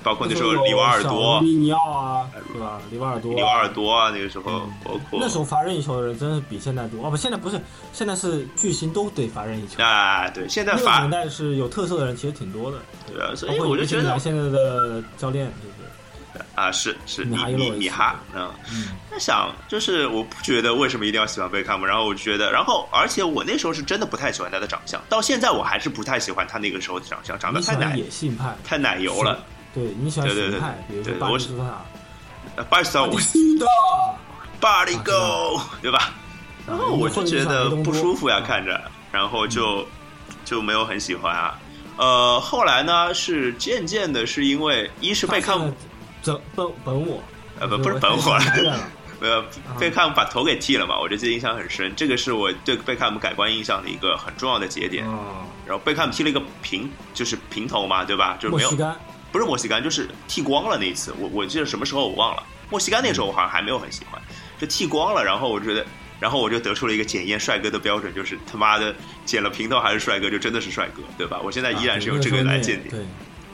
[SPEAKER 2] 包括那时候
[SPEAKER 1] 有
[SPEAKER 2] 里瓦尔多呃
[SPEAKER 1] 小、利尼奥啊，对吧？里瓦尔多啊，
[SPEAKER 2] 里瓦尔多啊，那个时候包
[SPEAKER 1] 嗯
[SPEAKER 2] 括
[SPEAKER 1] 那时候罚任意球的人真是比现在多哦，不，现在不是，现在是巨星都得罚任意球。
[SPEAKER 2] 啊，对，现在
[SPEAKER 1] 那个
[SPEAKER 2] 罚
[SPEAKER 1] 年代是有特色的人其实挺多的，
[SPEAKER 2] 对啊，所
[SPEAKER 1] 包
[SPEAKER 2] 以
[SPEAKER 1] 括
[SPEAKER 2] 我
[SPEAKER 1] 尤
[SPEAKER 2] 就
[SPEAKER 1] 其
[SPEAKER 2] 觉
[SPEAKER 1] 是
[SPEAKER 2] 得
[SPEAKER 1] 拿现在的教练，对不对？
[SPEAKER 2] 啊，是是
[SPEAKER 1] 米
[SPEAKER 2] 米
[SPEAKER 1] 哈伊
[SPEAKER 2] 米
[SPEAKER 1] 洛维
[SPEAKER 2] 米
[SPEAKER 1] 奇
[SPEAKER 2] 哈，嗯，
[SPEAKER 1] 嗯，
[SPEAKER 2] 那想就是我不觉得为什么一定要喜欢贝克汉姆，然后我就觉得，然后而且我那时候是真的不太喜欢他的长相，到现在我还是不太喜欢他那个时候的长相，长得
[SPEAKER 1] 你喜
[SPEAKER 2] 太奶
[SPEAKER 1] 欢野性派，
[SPEAKER 2] 太奶油了，
[SPEAKER 1] 对你喜欢
[SPEAKER 2] 对对
[SPEAKER 1] 形
[SPEAKER 2] 对
[SPEAKER 1] 派，比如说
[SPEAKER 2] 对
[SPEAKER 1] 巴
[SPEAKER 2] 我
[SPEAKER 1] 蒂
[SPEAKER 2] 是
[SPEAKER 1] 斯啊塔，
[SPEAKER 2] 呃巴西斯
[SPEAKER 1] 巴
[SPEAKER 2] 我
[SPEAKER 1] 蒂斯塔，
[SPEAKER 2] Body
[SPEAKER 1] 啊
[SPEAKER 2] Go，对吧？ 然后我就觉得不舒服呀，
[SPEAKER 1] 嗯
[SPEAKER 2] 看着，然后就就没有很喜欢啊。呃，后来呢，是渐渐的，是因为一是贝克汉姆，
[SPEAKER 1] 整本本我，
[SPEAKER 2] 呃，不
[SPEAKER 1] 就
[SPEAKER 2] 不是 本
[SPEAKER 1] 我太
[SPEAKER 2] 我
[SPEAKER 1] 喜欢男人 了，
[SPEAKER 2] 呃
[SPEAKER 1] 啊，
[SPEAKER 2] 贝克汉姆把头给剃了嘛，我就记得印象很深。这个是我对贝克汉姆改观印象的一个很重要的节点。
[SPEAKER 1] 哦，
[SPEAKER 2] 然后贝克汉姆剃了一个平，就是平头嘛，对吧？就是
[SPEAKER 1] 墨
[SPEAKER 2] 没有
[SPEAKER 1] 西，干，
[SPEAKER 2] 不是墨西干，就是剃光了那一次。我我记得什么时候我忘了，墨西干那时候我好像还没有很喜欢，就剃光了。然后我觉得，然后我就得出了一个检验帅哥的标准，就是他妈的剪了平头还是帅哥，就真的是帅哥，对吧？我现在依然是用这个来鉴啊
[SPEAKER 1] 啊
[SPEAKER 2] 定
[SPEAKER 1] 对，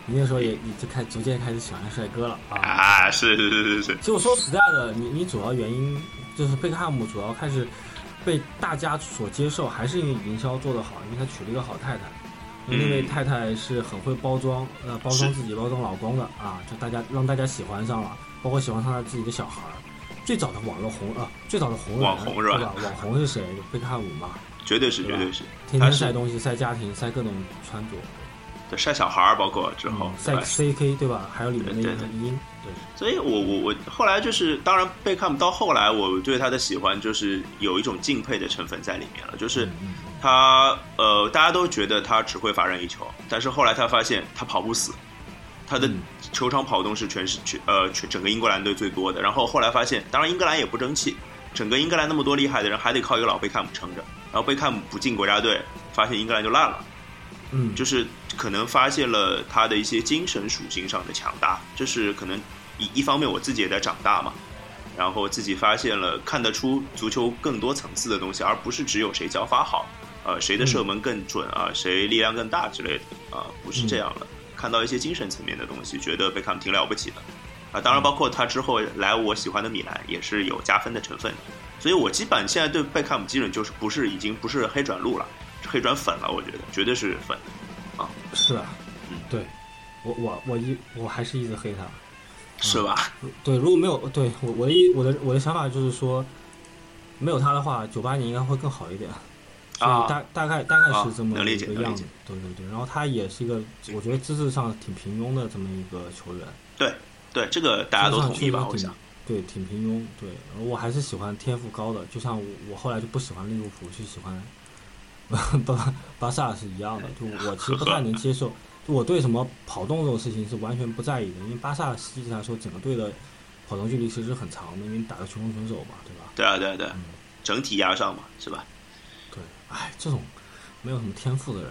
[SPEAKER 1] 你那时候也已经开逐渐开始喜欢帅哥了啊。
[SPEAKER 2] 啊，是是是是是，
[SPEAKER 1] 其实我说实在的，你你主要原因就是贝克汉姆主要开始被大家所接受，还是因为营销做得好，因为他娶了一个好太太。
[SPEAKER 2] 嗯
[SPEAKER 1] 那位太太是很会包装，呃，包装
[SPEAKER 2] 是
[SPEAKER 1] 自己、包装老公的啊，就大家让大家喜欢上了，包括喜欢上了自己的小孩儿。最早的网络红啊，最早的红人
[SPEAKER 2] 网红是吧
[SPEAKER 1] 对吧？网红是谁？贝克汉姆嘛，
[SPEAKER 2] 绝对是绝对是，
[SPEAKER 1] 天
[SPEAKER 2] 他
[SPEAKER 1] 天
[SPEAKER 2] 是
[SPEAKER 1] 晒东西、晒家庭、晒各种穿着。
[SPEAKER 2] 对晒小孩儿，包括之后
[SPEAKER 1] 嗯，
[SPEAKER 2] 哦对
[SPEAKER 1] 赛
[SPEAKER 2] 吧
[SPEAKER 1] CK 对吧？还有里面的
[SPEAKER 2] 对对
[SPEAKER 1] 一个音，对，
[SPEAKER 2] 所以我我我后来就是，当然贝克汉姆到后来，我对他的喜欢就是有一种敬佩的成分在里面了，就是
[SPEAKER 1] 嗯
[SPEAKER 2] 他呃，大家都觉得他只会罚任意球，但是后来他发现他跑不死，他的
[SPEAKER 1] 嗯
[SPEAKER 2] 球场跑动是全是全呃全整个英格兰队最多的。然后后来发现，当然英格兰也不争气，整个英格兰那么多厉害的人，还得靠一个老贝克汉姆撑着。然后贝克汉姆不进国家队，发现英格兰就烂了。
[SPEAKER 1] 嗯，
[SPEAKER 2] 就是可能发现了他的一些精神属性上的强大，这是可能一一方面我自己也在长大嘛，然后自己发现了看得出足球更多层次的东西，而不是只有谁脚法好，呃，谁的射门更准啊，谁力量更呃大之类的啊、不是这样了，看到一些精神层面的东西，觉得贝克汉姆挺了不起的，啊，当然包括他之后来我喜欢的米兰也是有加分的成分，所以我基本现在对贝克汉姆基准就是不是已经不是黑转路了，是黑转粉了，我觉得绝对是粉啊，
[SPEAKER 1] 是啊，
[SPEAKER 2] 嗯
[SPEAKER 1] 对，我我我一我还是一直黑他，
[SPEAKER 2] 是吧？
[SPEAKER 1] 对，如果没有对我我的一我的我的想法就是说，没有他的话，九八年应该会更好一点。嗯所以
[SPEAKER 2] 啊
[SPEAKER 1] 大大概大概
[SPEAKER 2] 啊
[SPEAKER 1] 是这么
[SPEAKER 2] 能理
[SPEAKER 1] 一
[SPEAKER 2] 解
[SPEAKER 1] 个
[SPEAKER 2] 能理
[SPEAKER 1] 样
[SPEAKER 2] 解
[SPEAKER 1] 子，对对对。然后他也是一个，我觉得资质上挺平庸的这么一个球员，
[SPEAKER 2] 对，这个大家都
[SPEAKER 1] 资质
[SPEAKER 2] 同
[SPEAKER 1] 上
[SPEAKER 2] 意吧？
[SPEAKER 1] 确
[SPEAKER 2] 我
[SPEAKER 1] 实挺
[SPEAKER 2] 想，
[SPEAKER 1] 对，挺平庸。对，然后我还是喜欢天赋高的，就像我我后来就不喜欢利物浦，去喜欢 巴巴萨是一样
[SPEAKER 2] 哎
[SPEAKER 1] 的。就我其实不太能接受，就我对什么跑动这种事情是完全不在意的，因为巴萨实际上说整个队的跑动距离其实是很长的，因为你打个球攻选手嘛，对吧？
[SPEAKER 2] 对啊，对啊，对啊
[SPEAKER 1] 嗯，
[SPEAKER 2] 整体压上嘛，是吧？
[SPEAKER 1] 对，哎，这种没有什么天赋的人，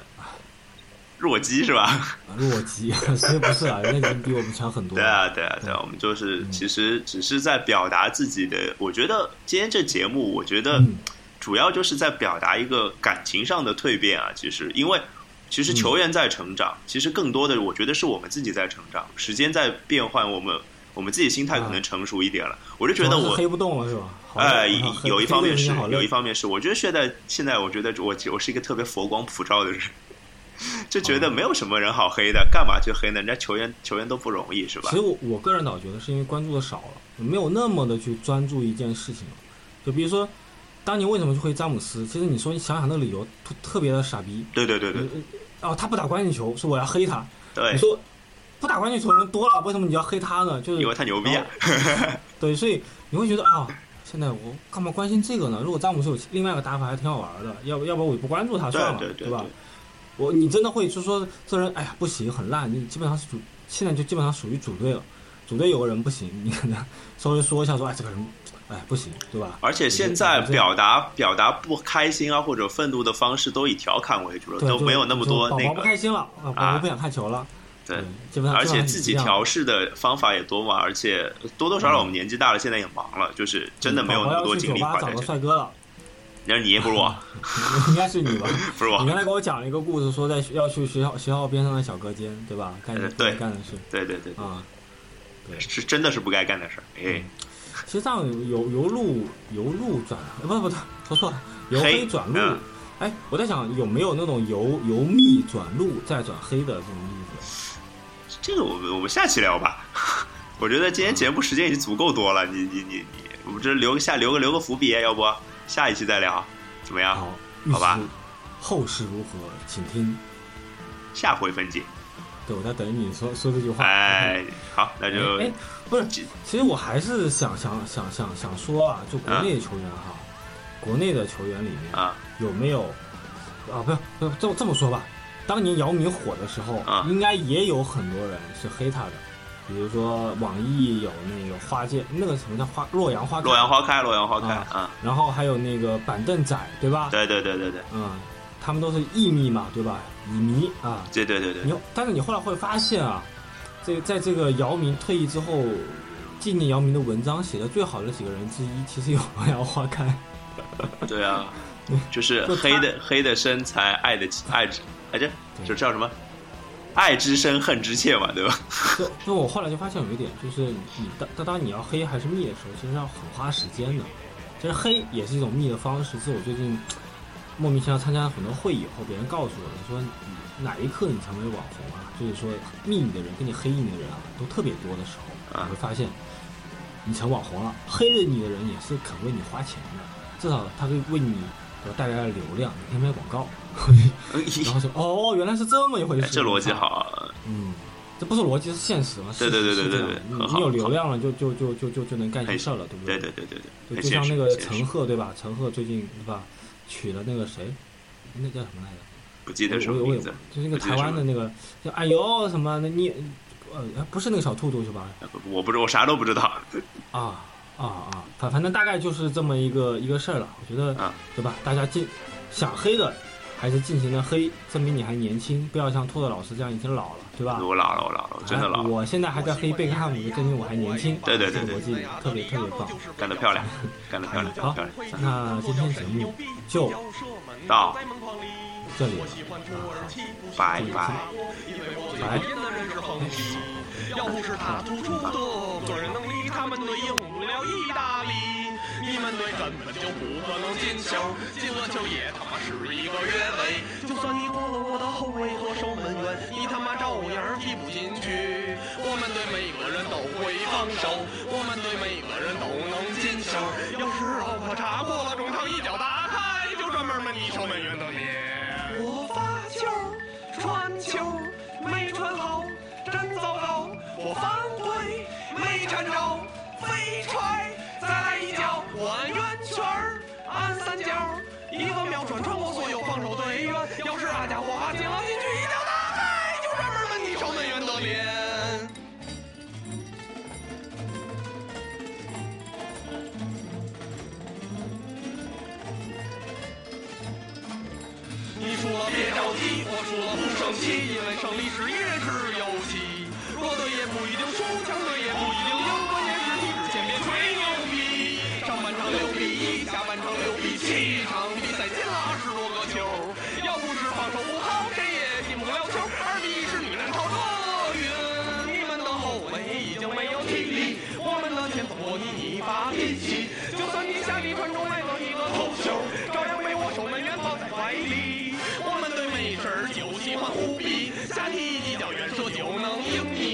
[SPEAKER 2] 弱鸡是吧？
[SPEAKER 1] 啊， 弱鸡，谁不是啊？人家已经比我们强很多
[SPEAKER 2] 对
[SPEAKER 1] 了。
[SPEAKER 2] 啊，对啊，对啊，
[SPEAKER 1] 嗯
[SPEAKER 2] 我们就是其实只是在表达自己的。我觉得今天这节目，我觉得
[SPEAKER 1] 嗯
[SPEAKER 2] 主要就是在表达一个感情上的蜕变啊。其实，因为其
[SPEAKER 1] 嗯
[SPEAKER 2] 实球员在成长，其实更多的我觉得是我们自己在成长，时间在变换，我们我们自己心态
[SPEAKER 1] 啊
[SPEAKER 2] 可能成熟一点了。我就觉得
[SPEAKER 1] 主要是
[SPEAKER 2] 我
[SPEAKER 1] 黑不动了是吧？好累
[SPEAKER 2] 哎，
[SPEAKER 1] 啊黑
[SPEAKER 2] 有一
[SPEAKER 1] 黑
[SPEAKER 2] 方
[SPEAKER 1] 队
[SPEAKER 2] 面
[SPEAKER 1] 今
[SPEAKER 2] 是
[SPEAKER 1] 天好，累
[SPEAKER 2] 有一方面是，我觉得现在现在，我觉得我我是一个特别佛光普照的人，就觉
[SPEAKER 1] 哦
[SPEAKER 2] 得没有什么人好黑的，干嘛去黑呢？人家球员球员都不容易，是吧
[SPEAKER 1] 其？实我我个人倒觉得是因为关注的少了，没有那么的去专注一件事情了。就比如说，当年为什么去黑詹姆斯？其实你说你想想那个理由，特特别的傻逼。
[SPEAKER 2] 对对对对
[SPEAKER 1] 呃哦，他不打关键球，说我要黑他。你
[SPEAKER 2] 对，
[SPEAKER 1] 说不打关键球的人多了，为什么你要黑他呢？就是
[SPEAKER 2] 因为他牛逼啊！
[SPEAKER 1] 对，所以你会觉得啊，现在我干嘛关心这个呢？如果詹姆斯有另外一个打法，还挺好玩的，要不要不我就不关注他
[SPEAKER 2] 对
[SPEAKER 1] 算了，
[SPEAKER 2] 对对
[SPEAKER 1] 吧
[SPEAKER 2] 对？，
[SPEAKER 1] 我你真的会就说这人，哎呀不行，很烂，你基本上是主，现在就基本上属于主队了。主队有个人不行，你可能稍微说一下说，哎这个人，哎不行，对吧？
[SPEAKER 2] 而且现在表达表达不开心啊或者愤怒的方式都以调侃为主了，
[SPEAKER 1] 对，
[SPEAKER 2] 都
[SPEAKER 1] 就
[SPEAKER 2] 没有那么多
[SPEAKER 1] 就宝
[SPEAKER 2] 那
[SPEAKER 1] 宝不
[SPEAKER 2] 个
[SPEAKER 1] 开心了，啊，宝宝不想看球了，嗯
[SPEAKER 2] 对。，
[SPEAKER 1] 基本上
[SPEAKER 2] 而且自己
[SPEAKER 1] 基本上
[SPEAKER 2] 调试的方法也多嘛，而且多多少少我们年纪大了，现在也忙了，就是真的没有那么
[SPEAKER 1] 嗯宝宝
[SPEAKER 2] 多
[SPEAKER 1] 要去
[SPEAKER 2] 精
[SPEAKER 1] 酒
[SPEAKER 2] 力
[SPEAKER 1] 吧
[SPEAKER 2] 花
[SPEAKER 1] 找
[SPEAKER 2] 在
[SPEAKER 1] 个
[SPEAKER 2] 这。
[SPEAKER 1] 帅哥了，嗯
[SPEAKER 2] 那是你不 如我，
[SPEAKER 1] 应该是你吧？
[SPEAKER 2] 不是我
[SPEAKER 1] 你。刚才给我讲了一个故事，说在学要去学校学校边上的小隔间，对吧？干
[SPEAKER 2] 呃对
[SPEAKER 1] 干的事
[SPEAKER 2] 对对对，对
[SPEAKER 1] 啊。
[SPEAKER 2] 是真的是不该干的事儿。
[SPEAKER 1] 嗯
[SPEAKER 2] 哎，
[SPEAKER 1] 其实这样由由路由路转，呃不不不，说错了，由
[SPEAKER 2] 黑
[SPEAKER 1] 黑转路
[SPEAKER 2] 嗯。
[SPEAKER 1] 哎，我在想有没有那种由由密转路再转黑的这种例子？
[SPEAKER 2] 这个我们我们下期聊吧。 我觉得今
[SPEAKER 1] 嗯
[SPEAKER 2] 天节目时间已经足够多了，你你你你，我们这留个下留个留个伏笔，要不下一期再聊，怎么样？
[SPEAKER 1] 好，预
[SPEAKER 2] 啊好吧
[SPEAKER 1] 知后事如何，请听。
[SPEAKER 2] 下回分解。
[SPEAKER 1] 对，我在等你说说这句话。
[SPEAKER 2] 哎，好，那
[SPEAKER 1] 哎，
[SPEAKER 2] 就
[SPEAKER 1] 哎，不是，
[SPEAKER 2] 这
[SPEAKER 1] 其实我还是想想想想想说啊，就国内的球员哈，国内的球员里面
[SPEAKER 2] 啊
[SPEAKER 1] 有没有啊？不要不要，这么这么说吧，当年姚明火的时候，
[SPEAKER 2] 啊
[SPEAKER 1] 应该也有很多人是黑他的，比如说网易有那个花界，那个什么叫花洛阳花，
[SPEAKER 2] 洛阳，花开，洛阳花开啊！
[SPEAKER 1] 然后还有那个板凳仔，对吧？
[SPEAKER 2] 对对对对对
[SPEAKER 1] 嗯，他们都是艺迷嘛，对吧？乙迷啊，
[SPEAKER 2] 对对对对
[SPEAKER 1] 你有但是你后来会发现啊，这在这个姚明退役之后。纪念姚明的文章写的最好的几个人之一，其实有洛阳花开。
[SPEAKER 2] 对 对啊！就是
[SPEAKER 1] 就他
[SPEAKER 2] 黑的黑的身材，爱的爱之哎这就叫什么？爱之深，恨之切嘛， 对吧？
[SPEAKER 1] 就就我后来就发现有一点，就是你当当当你要黑还是密的时候，其实要很花时间的。其实黑也是一种密的方式，是我最近莫名其妙参加了很多会议以后，别人告诉我的，说你哪一刻你成为网红啊？就是说密你的人跟你黑你的人啊，都特别多的时候，
[SPEAKER 2] 啊
[SPEAKER 1] 你会发现你成网红了，黑了你的人也是肯为你花钱的，至少他会为你呃带来了流量，你可以卖广 告。然后就哦，原来是这么一回事
[SPEAKER 2] 哎，这逻辑
[SPEAKER 1] 好。
[SPEAKER 2] 好啊，
[SPEAKER 1] 嗯，这不是逻辑，是现实嘛？
[SPEAKER 2] 对
[SPEAKER 1] 是
[SPEAKER 2] 对对
[SPEAKER 1] 是
[SPEAKER 2] 对对
[SPEAKER 1] 这样
[SPEAKER 2] 对
[SPEAKER 1] 的
[SPEAKER 2] 很
[SPEAKER 1] 你
[SPEAKER 2] 好
[SPEAKER 1] 你有流量了，就就就就就就能干些事儿了，对不
[SPEAKER 2] 对
[SPEAKER 1] 对
[SPEAKER 2] 对对对对，
[SPEAKER 1] 就
[SPEAKER 2] 很
[SPEAKER 1] 就
[SPEAKER 2] 现
[SPEAKER 1] 像
[SPEAKER 2] 实
[SPEAKER 1] 那个
[SPEAKER 2] 很现
[SPEAKER 1] 陈
[SPEAKER 2] 实
[SPEAKER 1] 赫对吧？陈赫最近对吧，娶了那个谁，那叫什么来着？
[SPEAKER 2] 不记得什
[SPEAKER 1] 我
[SPEAKER 2] 么
[SPEAKER 1] 我我也
[SPEAKER 2] 名
[SPEAKER 1] 就
[SPEAKER 2] 字，
[SPEAKER 1] 是那个
[SPEAKER 2] 不记得
[SPEAKER 1] 台湾
[SPEAKER 2] 什
[SPEAKER 1] 的
[SPEAKER 2] 么
[SPEAKER 1] 那个叫哎呦什么那你呃哎不是那个小兔兔是吧？
[SPEAKER 2] 我不知我啥都不知道。
[SPEAKER 1] 啊啊啊，反反正大概就是这么一个一个事儿了。我觉得，
[SPEAKER 2] 啊
[SPEAKER 1] 对吧？大家尽想黑的还是尽情的黑，证明你还年轻，不要像兔子老师这样已经老了，对吧？
[SPEAKER 2] 我老了，我老了，我真的老
[SPEAKER 1] 哎
[SPEAKER 2] 了，
[SPEAKER 1] 我现在还在黑贝克汉姆，证明我还年轻。
[SPEAKER 2] 对对对
[SPEAKER 1] 这
[SPEAKER 2] 对
[SPEAKER 1] 个逻辑特别特别棒。
[SPEAKER 2] 干得漂亮，干得漂亮，
[SPEAKER 1] 好
[SPEAKER 2] 漂亮。
[SPEAKER 1] 那今天节目就
[SPEAKER 2] 到
[SPEAKER 1] 这里了
[SPEAKER 2] 拜
[SPEAKER 1] 拜
[SPEAKER 2] 拜。
[SPEAKER 3] 天的认识横批。要不是他突出的，个人能力，他们队赢不了意大利。你们队根本就不可能进球，进了球也他妈是一个越位。就算你过了我的后卫和守门员，你他妈照样踢不进去。我们队每个人都会防守，我们队每个人都能进球。有时候我查过了中场一脚打开，就专门门你守门员的脸。我发球，传球没传好，真糟糕。我犯规没站着，飞踹再来一脚，我按圆圈儿，按三角，一个秒穿穿过所有防守队员。要是阿加霍华进了禁区一脚打开，就专门门你守门员的脸。你输了别着急，我输了不生气，因为胜利是也是游戏。弱队也不一定输，强队也不一定赢，关键是体制前别吹牛逼。上半场六比一，下半场六比七，场比赛进了二十多个球，要不是防守不好，谁也进不了球。二比一是米兰超热云，你们的后卫已经没有体力，我们的前锋波尼尼发脾气，就算你下里传中来了一个头球，照样被我守门员抱在怀里。我们对美事儿就喜欢胡逼，下你一脚远射就能赢你。